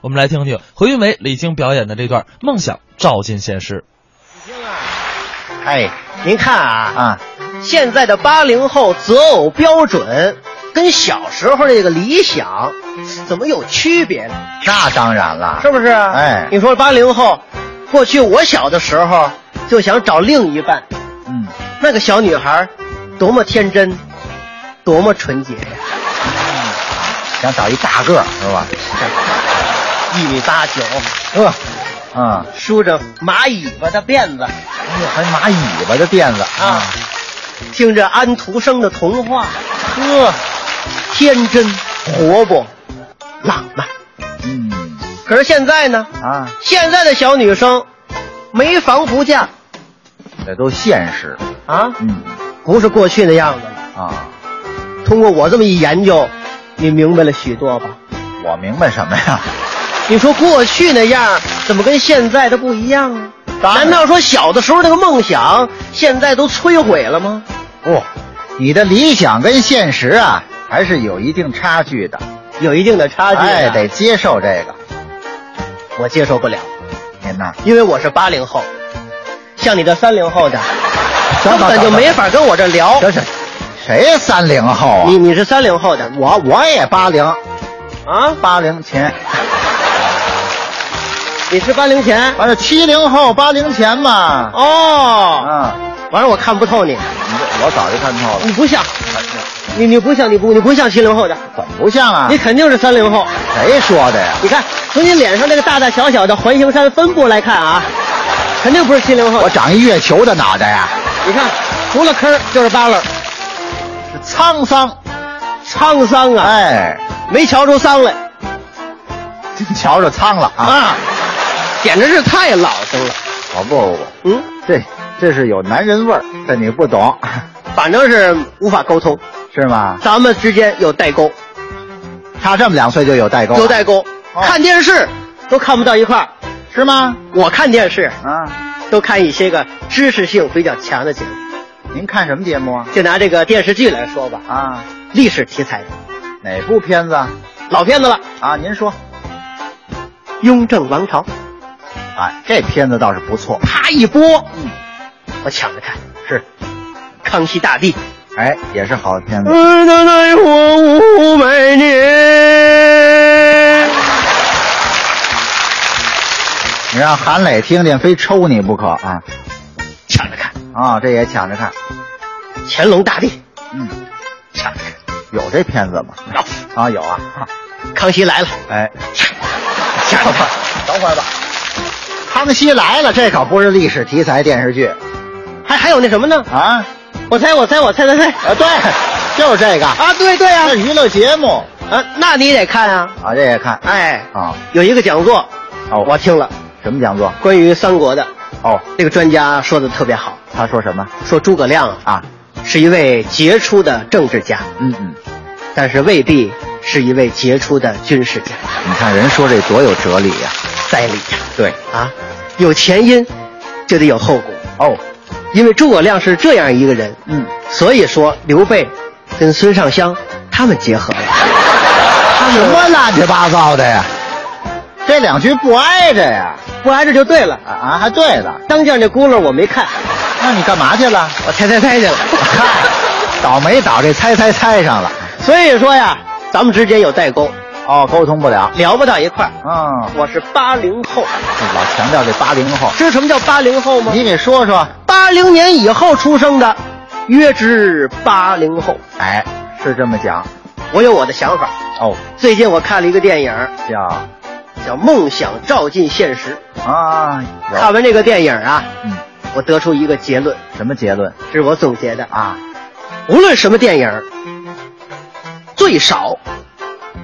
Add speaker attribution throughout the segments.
Speaker 1: 我们来听听何云伟、李菁表演的这段《梦想照进现实》。
Speaker 2: 哎，
Speaker 3: 您看啊，
Speaker 2: 啊，
Speaker 3: 现在的八零后择偶标准跟小时候那个理想怎么有区别呢？
Speaker 2: 那当然了，
Speaker 3: 是不是？
Speaker 2: 哎
Speaker 3: 你说八零后，过去我小的时候就想找另一半，
Speaker 2: 嗯，
Speaker 3: 那个小女孩多么天真，多么纯洁呀、
Speaker 2: 想找一大个儿是吧？
Speaker 3: 一米八九，
Speaker 2: 呃，啊，
Speaker 3: 梳着蚂蚁尾巴的辫子，
Speaker 2: 哎呦还蚂蚁尾巴的辫子
Speaker 3: 啊
Speaker 2: 啊，
Speaker 3: 听着安徒生的童话，呵，天真、活泼、浪漫。
Speaker 2: 嗯，
Speaker 3: 可是现在呢？
Speaker 2: 啊，
Speaker 3: 现在的小女生，没房不嫁
Speaker 2: 这都现实，
Speaker 3: 啊，
Speaker 2: 嗯，
Speaker 3: 不是过去那样子了。
Speaker 2: 啊，
Speaker 3: 通过我这么一研究，你明白了许多吧？
Speaker 2: 我明白什么呀？
Speaker 3: 你说过去那样，怎么跟现在的不一样啊？
Speaker 2: 当然
Speaker 3: 难道说小的时候那个梦想，现在都摧毁了吗？
Speaker 2: 不，哦你的理想跟现实啊，还是有一定差距的。
Speaker 3: 有一定的差距、啊
Speaker 2: 哎，得，接受这个。
Speaker 3: 我接受不了，
Speaker 2: 您呐，
Speaker 3: 因为我是八零后，像你这三零后的，根
Speaker 2: 行
Speaker 3: 本就没法跟我这聊。
Speaker 2: 这是谁三零后啊？
Speaker 3: 你你是三零后的，
Speaker 2: 我我也八零，
Speaker 3: 啊，
Speaker 2: 八零前，
Speaker 3: 你是八零前
Speaker 2: 完了七零后八零前嘛。
Speaker 3: 哦。
Speaker 2: 啊，
Speaker 3: 完了，我看不透你，
Speaker 2: 你这我早就看透
Speaker 3: 你
Speaker 2: 了，
Speaker 3: 不像，你你不像，你不你不像七零后的，
Speaker 2: 怎么不像啊
Speaker 3: 你？肯定是三零后。
Speaker 2: 谁说的呀？
Speaker 3: 你看，从你脸上这个大大小小的环形山分布来看啊，肯定不是七零后
Speaker 2: 我。长一月球的脑袋呀，
Speaker 3: 你看，除了坑儿就是耷拉，
Speaker 2: 是沧桑。
Speaker 3: 沧桑啊，
Speaker 2: 哎，
Speaker 3: 没瞧出桑来
Speaker 2: 瞧着苍了啊！
Speaker 3: 啊，简直是太老生了。
Speaker 2: 我不不不，
Speaker 3: 嗯，
Speaker 2: 这这是有男人味儿，这你不懂，
Speaker 3: 反正是无法沟通，
Speaker 2: 是吗？
Speaker 3: 咱们之间有代沟，
Speaker 2: 差这么两岁就有代沟，
Speaker 3: 有代啊沟，
Speaker 2: 哦
Speaker 3: 看电视都看不到一块儿。
Speaker 2: 是吗？
Speaker 3: 我看电视
Speaker 2: 啊，
Speaker 3: 都看一些个知识性比较强的节目。
Speaker 2: 您看什么节目啊？
Speaker 3: 就拿这个电视剧来说吧，
Speaker 2: 啊，
Speaker 3: 历史题材的
Speaker 2: 哪部片子啊？
Speaker 3: 老片子了，
Speaker 2: 啊，您说，
Speaker 3: 《雍正王朝》，
Speaker 2: 哎，这片子倒是不错，
Speaker 3: 啪一播，
Speaker 2: 嗯，
Speaker 3: 我抢着看，
Speaker 2: 是，
Speaker 3: 《康熙大帝》。
Speaker 2: 哎，也是好片子。
Speaker 3: 嗯，他再活五百年。
Speaker 2: 你让韩磊听见，非抽你不可啊！
Speaker 3: 抢着看，
Speaker 2: 啊，这也抢着看，
Speaker 3: 乾隆大帝，
Speaker 2: 嗯，
Speaker 3: 抢着看，
Speaker 2: 有这片子吗？啊，有啊，啊
Speaker 3: 康熙来了，
Speaker 2: 哎，
Speaker 3: 抢着看。
Speaker 2: 等会儿吧，《康熙来了》这可不是历史题材电视剧
Speaker 3: 还还有那什么呢？
Speaker 2: 啊！
Speaker 3: 我猜，我猜，我猜猜猜。
Speaker 2: 啊，对，就是这个，
Speaker 3: 啊，对对啊
Speaker 2: 这，娱乐节目
Speaker 3: 啊，那你得看啊。
Speaker 2: 啊，这也看
Speaker 3: 哎，
Speaker 2: 啊。
Speaker 3: 有一个讲座，
Speaker 2: 哦，
Speaker 3: 我听了，
Speaker 2: 什么讲座？
Speaker 3: 关于三国的，
Speaker 2: 哦，
Speaker 3: 那个专家说的特别好，
Speaker 2: 他说什么
Speaker 3: 说诸葛亮啊。
Speaker 2: 啊？
Speaker 3: 是一位杰出的政治家，
Speaker 2: 嗯嗯，
Speaker 3: 但是未必是一位杰出的军事家。
Speaker 2: 你看人说这多有哲理呀、
Speaker 3: 在理
Speaker 2: 对，
Speaker 3: 啊，啊，有前因就得有后果，
Speaker 2: 哦，
Speaker 3: 因为诸葛亮是这样一个人，
Speaker 2: 嗯，
Speaker 3: 所以说刘备跟孙尚香他们结合了。
Speaker 2: 他什么乱七八糟的呀？这两句不挨着呀？
Speaker 3: 不挨着就对了。
Speaker 2: 啊啊，还对了，
Speaker 3: 当间那轱辘我没看，
Speaker 2: 那你干嘛去了？
Speaker 3: 我猜猜猜去了。
Speaker 2: 嗨， 倒霉倒这猜猜猜上了，
Speaker 3: 所以说呀，咱们之间有代沟，
Speaker 2: 哦，沟通不了。
Speaker 3: 聊不到一块儿。
Speaker 2: 嗯，
Speaker 3: 我是八零后，
Speaker 2: 老强调这八零后，
Speaker 3: 知道什么叫八零后吗？
Speaker 2: 你给说说，
Speaker 3: 八零年以后出生的，约之八零后。
Speaker 2: 哎，是这么讲
Speaker 3: 我有我的想法。
Speaker 2: 哦，
Speaker 3: 最近我看了一个电影，
Speaker 2: 叫
Speaker 3: 叫《梦想照进现实》。
Speaker 2: 啊，有
Speaker 3: 看完这个电影啊，
Speaker 2: 嗯，
Speaker 3: 我得出一个结论，
Speaker 2: 什么结论
Speaker 3: 这是我总结的啊。
Speaker 2: 啊？
Speaker 3: 无论什么电影，最少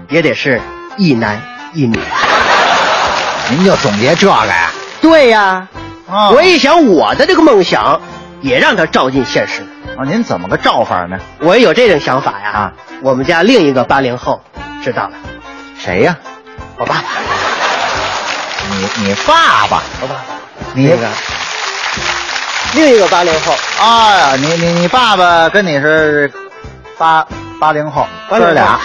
Speaker 3: 也得是一男一女。
Speaker 2: 您就总结这个呀？
Speaker 3: 对呀、
Speaker 2: 啊
Speaker 3: 我一想我的这个梦想，也让它照进现实。
Speaker 2: 啊，您怎么个照法呢？
Speaker 3: 我也有这种想法呀。
Speaker 2: 啊
Speaker 3: 我们家另一个八零后知道了，
Speaker 2: 谁呀、
Speaker 3: 我爸爸。
Speaker 2: 你你爸爸？
Speaker 3: 我爸爸，
Speaker 2: 你
Speaker 3: 那个另一个八零后，
Speaker 2: 啊，你 你你爸爸跟你是八八零后，哥俩。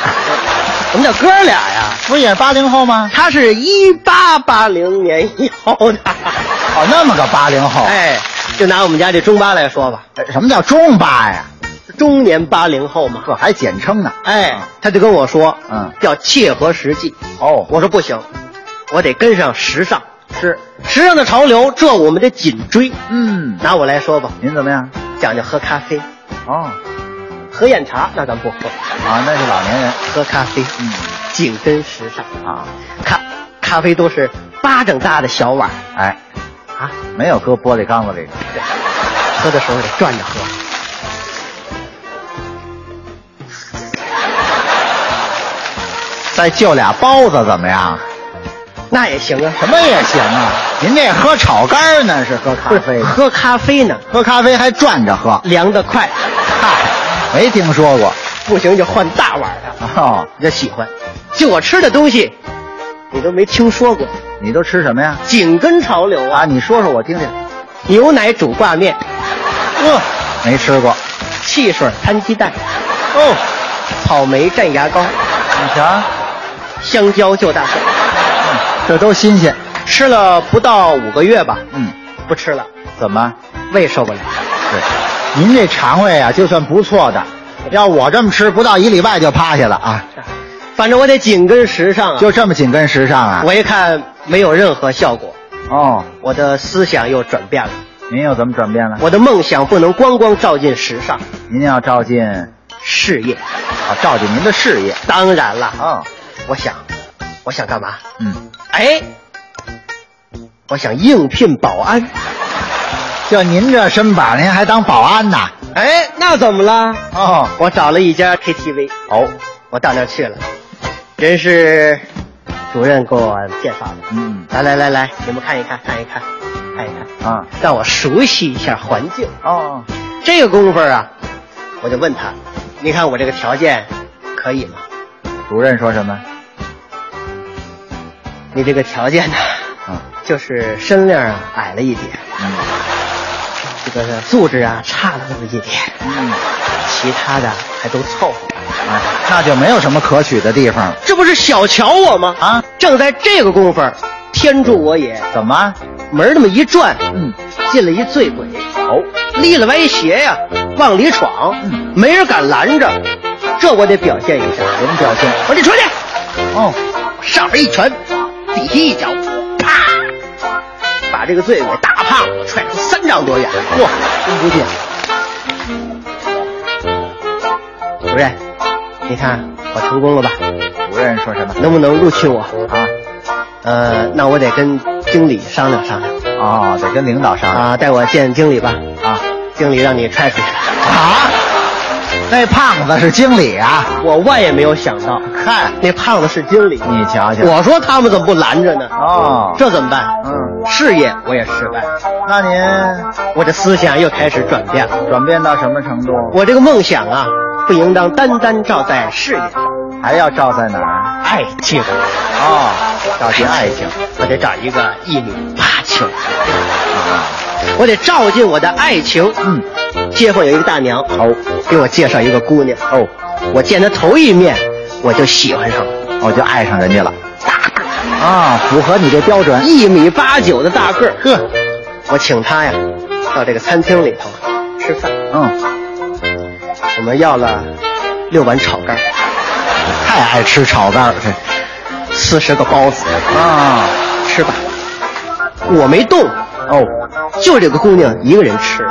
Speaker 3: 什么叫哥俩呀？
Speaker 2: 不也八零后吗？
Speaker 3: 他是一八八零年以后的。
Speaker 2: 哦，那么个八零后。
Speaker 3: 哎，就拿我们家这中巴来说吧，
Speaker 2: 什么叫中八呀？
Speaker 3: 中年八零后嘛。
Speaker 2: 这还简称呢。
Speaker 3: 哎，他就跟我说，
Speaker 2: 哦嗯
Speaker 3: 要切合实际。
Speaker 2: 哦
Speaker 3: 我说不行，我得跟上时尚，
Speaker 2: 是，
Speaker 3: 时尚的潮流，这我们得紧追。
Speaker 2: 嗯，
Speaker 3: 拿我来说吧，
Speaker 2: 您怎么样？
Speaker 3: 讲究喝咖啡，
Speaker 2: 哦，
Speaker 3: 喝眼茶那咱不喝，
Speaker 2: 啊，那是老年人。
Speaker 3: 喝咖啡，
Speaker 2: 嗯，
Speaker 3: 紧跟时尚。
Speaker 2: 啊，
Speaker 3: 咖咖啡都是巴掌大的小碗
Speaker 2: 哎，
Speaker 3: 啊，
Speaker 2: 没有搁玻璃缸子里。
Speaker 3: 喝的时候得转着喝。
Speaker 2: 再就俩包子怎么样？
Speaker 3: 那也行啊，
Speaker 2: 什么也行啊。您这喝炒肝呢，是喝咖
Speaker 3: 不
Speaker 2: 啡
Speaker 3: 是
Speaker 2: 的，
Speaker 3: 喝咖啡呢，
Speaker 2: 喝咖啡还转着喝，
Speaker 3: 凉得快，
Speaker 2: 嗨，没听说过。
Speaker 3: 不行就换大碗的。
Speaker 2: 哦，
Speaker 3: 我就喜欢，就我吃的东西，你都没听说过，
Speaker 2: 你都吃什么呀？
Speaker 3: 紧跟潮流
Speaker 2: 啊，
Speaker 3: 啊！
Speaker 2: 你说说我听听。
Speaker 3: 牛奶煮挂面，哦
Speaker 2: 呃，没吃过。
Speaker 3: 汽水摊鸡蛋，
Speaker 2: 哦，
Speaker 3: 草莓蘸牙膏，
Speaker 2: 你瞧，嗯
Speaker 3: 香蕉就大蒜。
Speaker 2: 这都新鲜。
Speaker 3: 吃了不到五个月吧，
Speaker 2: 嗯，
Speaker 3: 不吃了，
Speaker 2: 怎么？
Speaker 3: 胃受不了。
Speaker 2: 对，您这肠胃啊，就算不错的，要我这么吃，不到一礼拜就趴下了啊，
Speaker 3: 反正我得紧跟时尚啊！
Speaker 2: 就这么紧跟时尚啊。
Speaker 3: 我一看没有任何效果，
Speaker 2: 哦，
Speaker 3: 我的思想又转变了，
Speaker 2: 您又怎么转变了？
Speaker 3: 我的梦想不能光光照进时尚
Speaker 2: 您要照进啊，
Speaker 3: 事业。
Speaker 2: 照进您的事业
Speaker 3: 当然了，
Speaker 2: 啊、
Speaker 3: 我想，我想干嘛？
Speaker 2: 嗯，
Speaker 3: 哎，我想应聘保安。
Speaker 2: 就您这身板，您还当保安呐？
Speaker 3: 哎，那怎么了？
Speaker 2: 哦
Speaker 3: 我找了一家 KTV，
Speaker 2: 哦，
Speaker 3: 我到那儿去了，人事主任给我介绍的。
Speaker 2: 嗯
Speaker 3: 来来来来，你们看一看，看一看，看一看，
Speaker 2: 啊
Speaker 3: 让我熟悉一下环境。
Speaker 2: 哦，
Speaker 3: 这个功夫啊，我就问他，你看我这个条件可以吗？
Speaker 2: 主任说什么？
Speaker 3: 你这个条件呢，
Speaker 2: 啊
Speaker 3: 就是身量啊矮了一点，
Speaker 2: 嗯
Speaker 3: 这个素质啊差了那么一点。
Speaker 2: 嗯
Speaker 3: 其他的还都凑合。
Speaker 2: 啊，那就没有什么可取的地方了
Speaker 3: 这不是小瞧我吗？啊！
Speaker 2: 啊？
Speaker 3: 正在这个功夫，天助我也！
Speaker 2: 怎么？
Speaker 3: 门儿那么一转，
Speaker 2: 嗯
Speaker 3: 进了一醉鬼，
Speaker 2: 哦
Speaker 3: 立了歪斜呀、往里闯，
Speaker 2: 嗯
Speaker 3: 没人敢拦着。这我得表现一下，
Speaker 2: 什么表现？
Speaker 3: 我得出去，
Speaker 2: 哦
Speaker 3: 上边一拳，底下一脚，啪！把这个醉鬼大胖子踹出三丈多远。哇，真不见！主任，你看我成功了吧？
Speaker 2: 主任说什么？
Speaker 3: 能不能录取我？
Speaker 2: 啊
Speaker 3: 呃，那我得跟经理商量商量
Speaker 2: 哦，得跟领导商量
Speaker 3: 啊，带我见经理吧。
Speaker 2: 啊
Speaker 3: 经理让你踹出去，
Speaker 2: 啊！那胖子是经理啊？
Speaker 3: 我万也没有想 到，
Speaker 2: 看
Speaker 3: 那胖子是经理。
Speaker 2: 你瞧瞧
Speaker 3: 我说他们怎么不拦着呢？
Speaker 2: 哦
Speaker 3: 这怎么办？
Speaker 2: 嗯，
Speaker 3: 事业我也失败了，
Speaker 2: 那您
Speaker 3: 我的思想又开始转变了。
Speaker 2: 转变到什么程度？
Speaker 3: 我这个梦想啊，不应当单单照在事业上，
Speaker 2: 还要照在哪儿？
Speaker 3: 爱情，
Speaker 2: 哦，照进爱情。
Speaker 3: 我得找一个一米八九的，我得照进我的爱情。
Speaker 2: 啊嗯，
Speaker 3: 街坊有一个大娘，
Speaker 2: 哦
Speaker 3: 给我介绍一个姑娘，
Speaker 2: 哦
Speaker 3: 我见她头一面，我就喜欢上了，
Speaker 2: 我就爱上人家了。啊，符合你这标准。
Speaker 3: 一米八九的大个儿。
Speaker 2: 呵，
Speaker 3: 我请她呀，到这个餐厅里头吃饭，
Speaker 2: 嗯，
Speaker 3: 我们要了六碗炒肝，
Speaker 2: 太爱吃炒肝儿这
Speaker 3: 四十个包子，
Speaker 2: 啊
Speaker 3: 吃吧。我没动，
Speaker 2: 哦，
Speaker 3: 就这个姑娘一个人吃。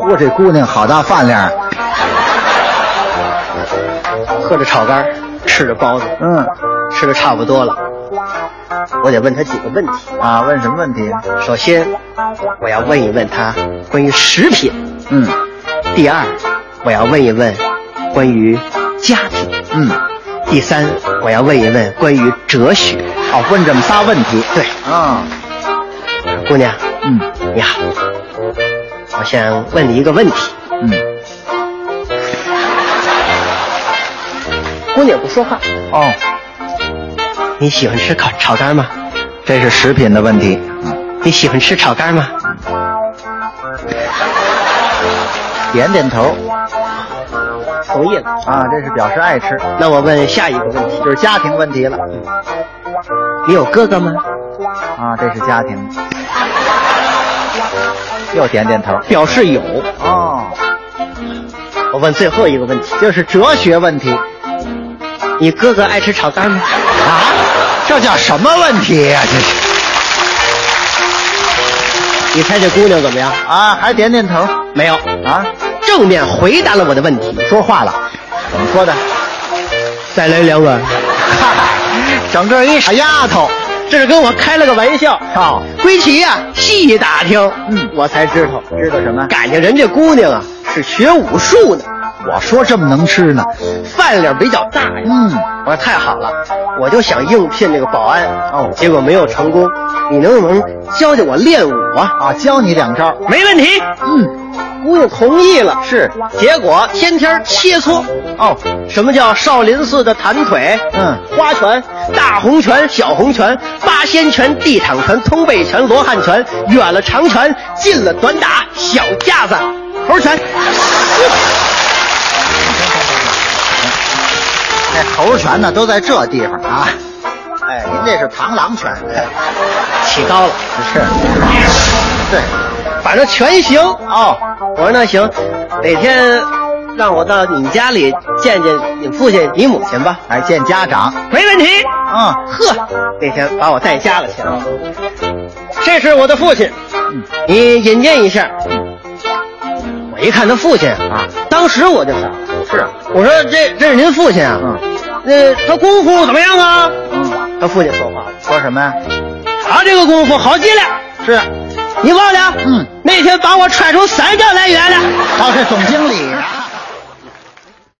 Speaker 2: 嚯，这姑娘好大饭量。
Speaker 3: 喝着炒肝，吃着包子，
Speaker 2: 嗯
Speaker 3: 吃的差不多了，我得问她几个问题。
Speaker 2: 啊，问什么问题？
Speaker 3: 首先，我要问一问她关于食品；
Speaker 2: 嗯
Speaker 3: 第二，我要问一问关于家庭；
Speaker 2: 嗯，
Speaker 3: 第三，我要问一问关于哲学。
Speaker 2: 哦，问这么仨问题。
Speaker 3: 对，
Speaker 2: 啊，
Speaker 3: 姑娘，
Speaker 2: 嗯
Speaker 3: 你好，我想问你一个问题。
Speaker 2: 嗯，
Speaker 3: 姑娘不说话，
Speaker 2: 哦，
Speaker 3: 你喜欢吃烤炒肝吗？
Speaker 2: 这是食品的问题。嗯
Speaker 3: 你喜欢吃炒肝吗？
Speaker 2: 点点头。
Speaker 3: 同意了。
Speaker 2: 啊，这是表示爱吃，
Speaker 3: 那我问下一个问题，
Speaker 2: 就是家庭问题了
Speaker 3: 你有哥哥吗？
Speaker 2: 啊，这是家庭。又点点头。
Speaker 3: 表示有。
Speaker 2: 哦，
Speaker 3: 我问最后一个问题，
Speaker 2: 这是哲学问题
Speaker 3: 你哥哥爱吃炒肝吗？
Speaker 2: 啊，这叫什么问题呀、这是
Speaker 3: 你猜这姑娘怎么样？
Speaker 2: 啊，还点点头
Speaker 3: 没有，
Speaker 2: 啊，
Speaker 3: 正面回答了我的问题。
Speaker 2: 说话了，怎么说的？
Speaker 3: 再来两碗。
Speaker 2: 嗨，整个一傻丫头。
Speaker 3: 这是跟我开了个玩笑。
Speaker 2: 哦，
Speaker 3: 归齐呀、细打听，
Speaker 2: 嗯
Speaker 3: 我才知道，
Speaker 2: 知道什么？
Speaker 3: 感情人这姑娘啊是学武术的，
Speaker 2: 我说这么能吃呢？
Speaker 3: 饭量比较大呀。
Speaker 2: 嗯，
Speaker 3: 我说太好了，我就想应聘那个保安，
Speaker 2: 哦
Speaker 3: 结果没有成功。你能不能教教我练武啊？
Speaker 2: 啊，教你两招。
Speaker 3: 没问题，
Speaker 2: 嗯，
Speaker 3: 姑娘同意了。
Speaker 2: 是。
Speaker 3: 结果天天切磋，
Speaker 2: 哦，
Speaker 3: 什么叫少林寺的弹腿？
Speaker 2: 嗯
Speaker 3: 花拳、大红拳、小红拳、八仙拳、地躺拳、通背拳、罗汉拳，远了长拳，近了短打，小架子、猴拳。
Speaker 2: 这哎猴拳呢都在这地方啊。哎，您这是螳螂拳。
Speaker 3: 起高了，
Speaker 2: 是，对，
Speaker 3: 反正全行。
Speaker 2: 哦，
Speaker 3: 我说那行，哪天让我到你们家里见见你父亲、你母亲吧。
Speaker 2: 哎，见家长。
Speaker 3: 没问题。
Speaker 2: 嗯，
Speaker 3: 啊呵，那天把我带家了去了。这是我的父亲，
Speaker 2: 嗯
Speaker 3: 你引荐一下。我一看他父亲啊，当时我就傻了。
Speaker 2: 是，啊
Speaker 3: 我说这这是您父亲啊？
Speaker 2: 嗯
Speaker 3: 那他功夫怎么样啊？
Speaker 2: 嗯，
Speaker 3: 他父亲说话了，
Speaker 2: 说什么呀？
Speaker 3: 他这个功夫好极了。
Speaker 2: 是，啊
Speaker 3: 你忘了？
Speaker 2: 嗯，
Speaker 3: 那天把我踹出三丈来远了。
Speaker 2: 哦，这总经理啊。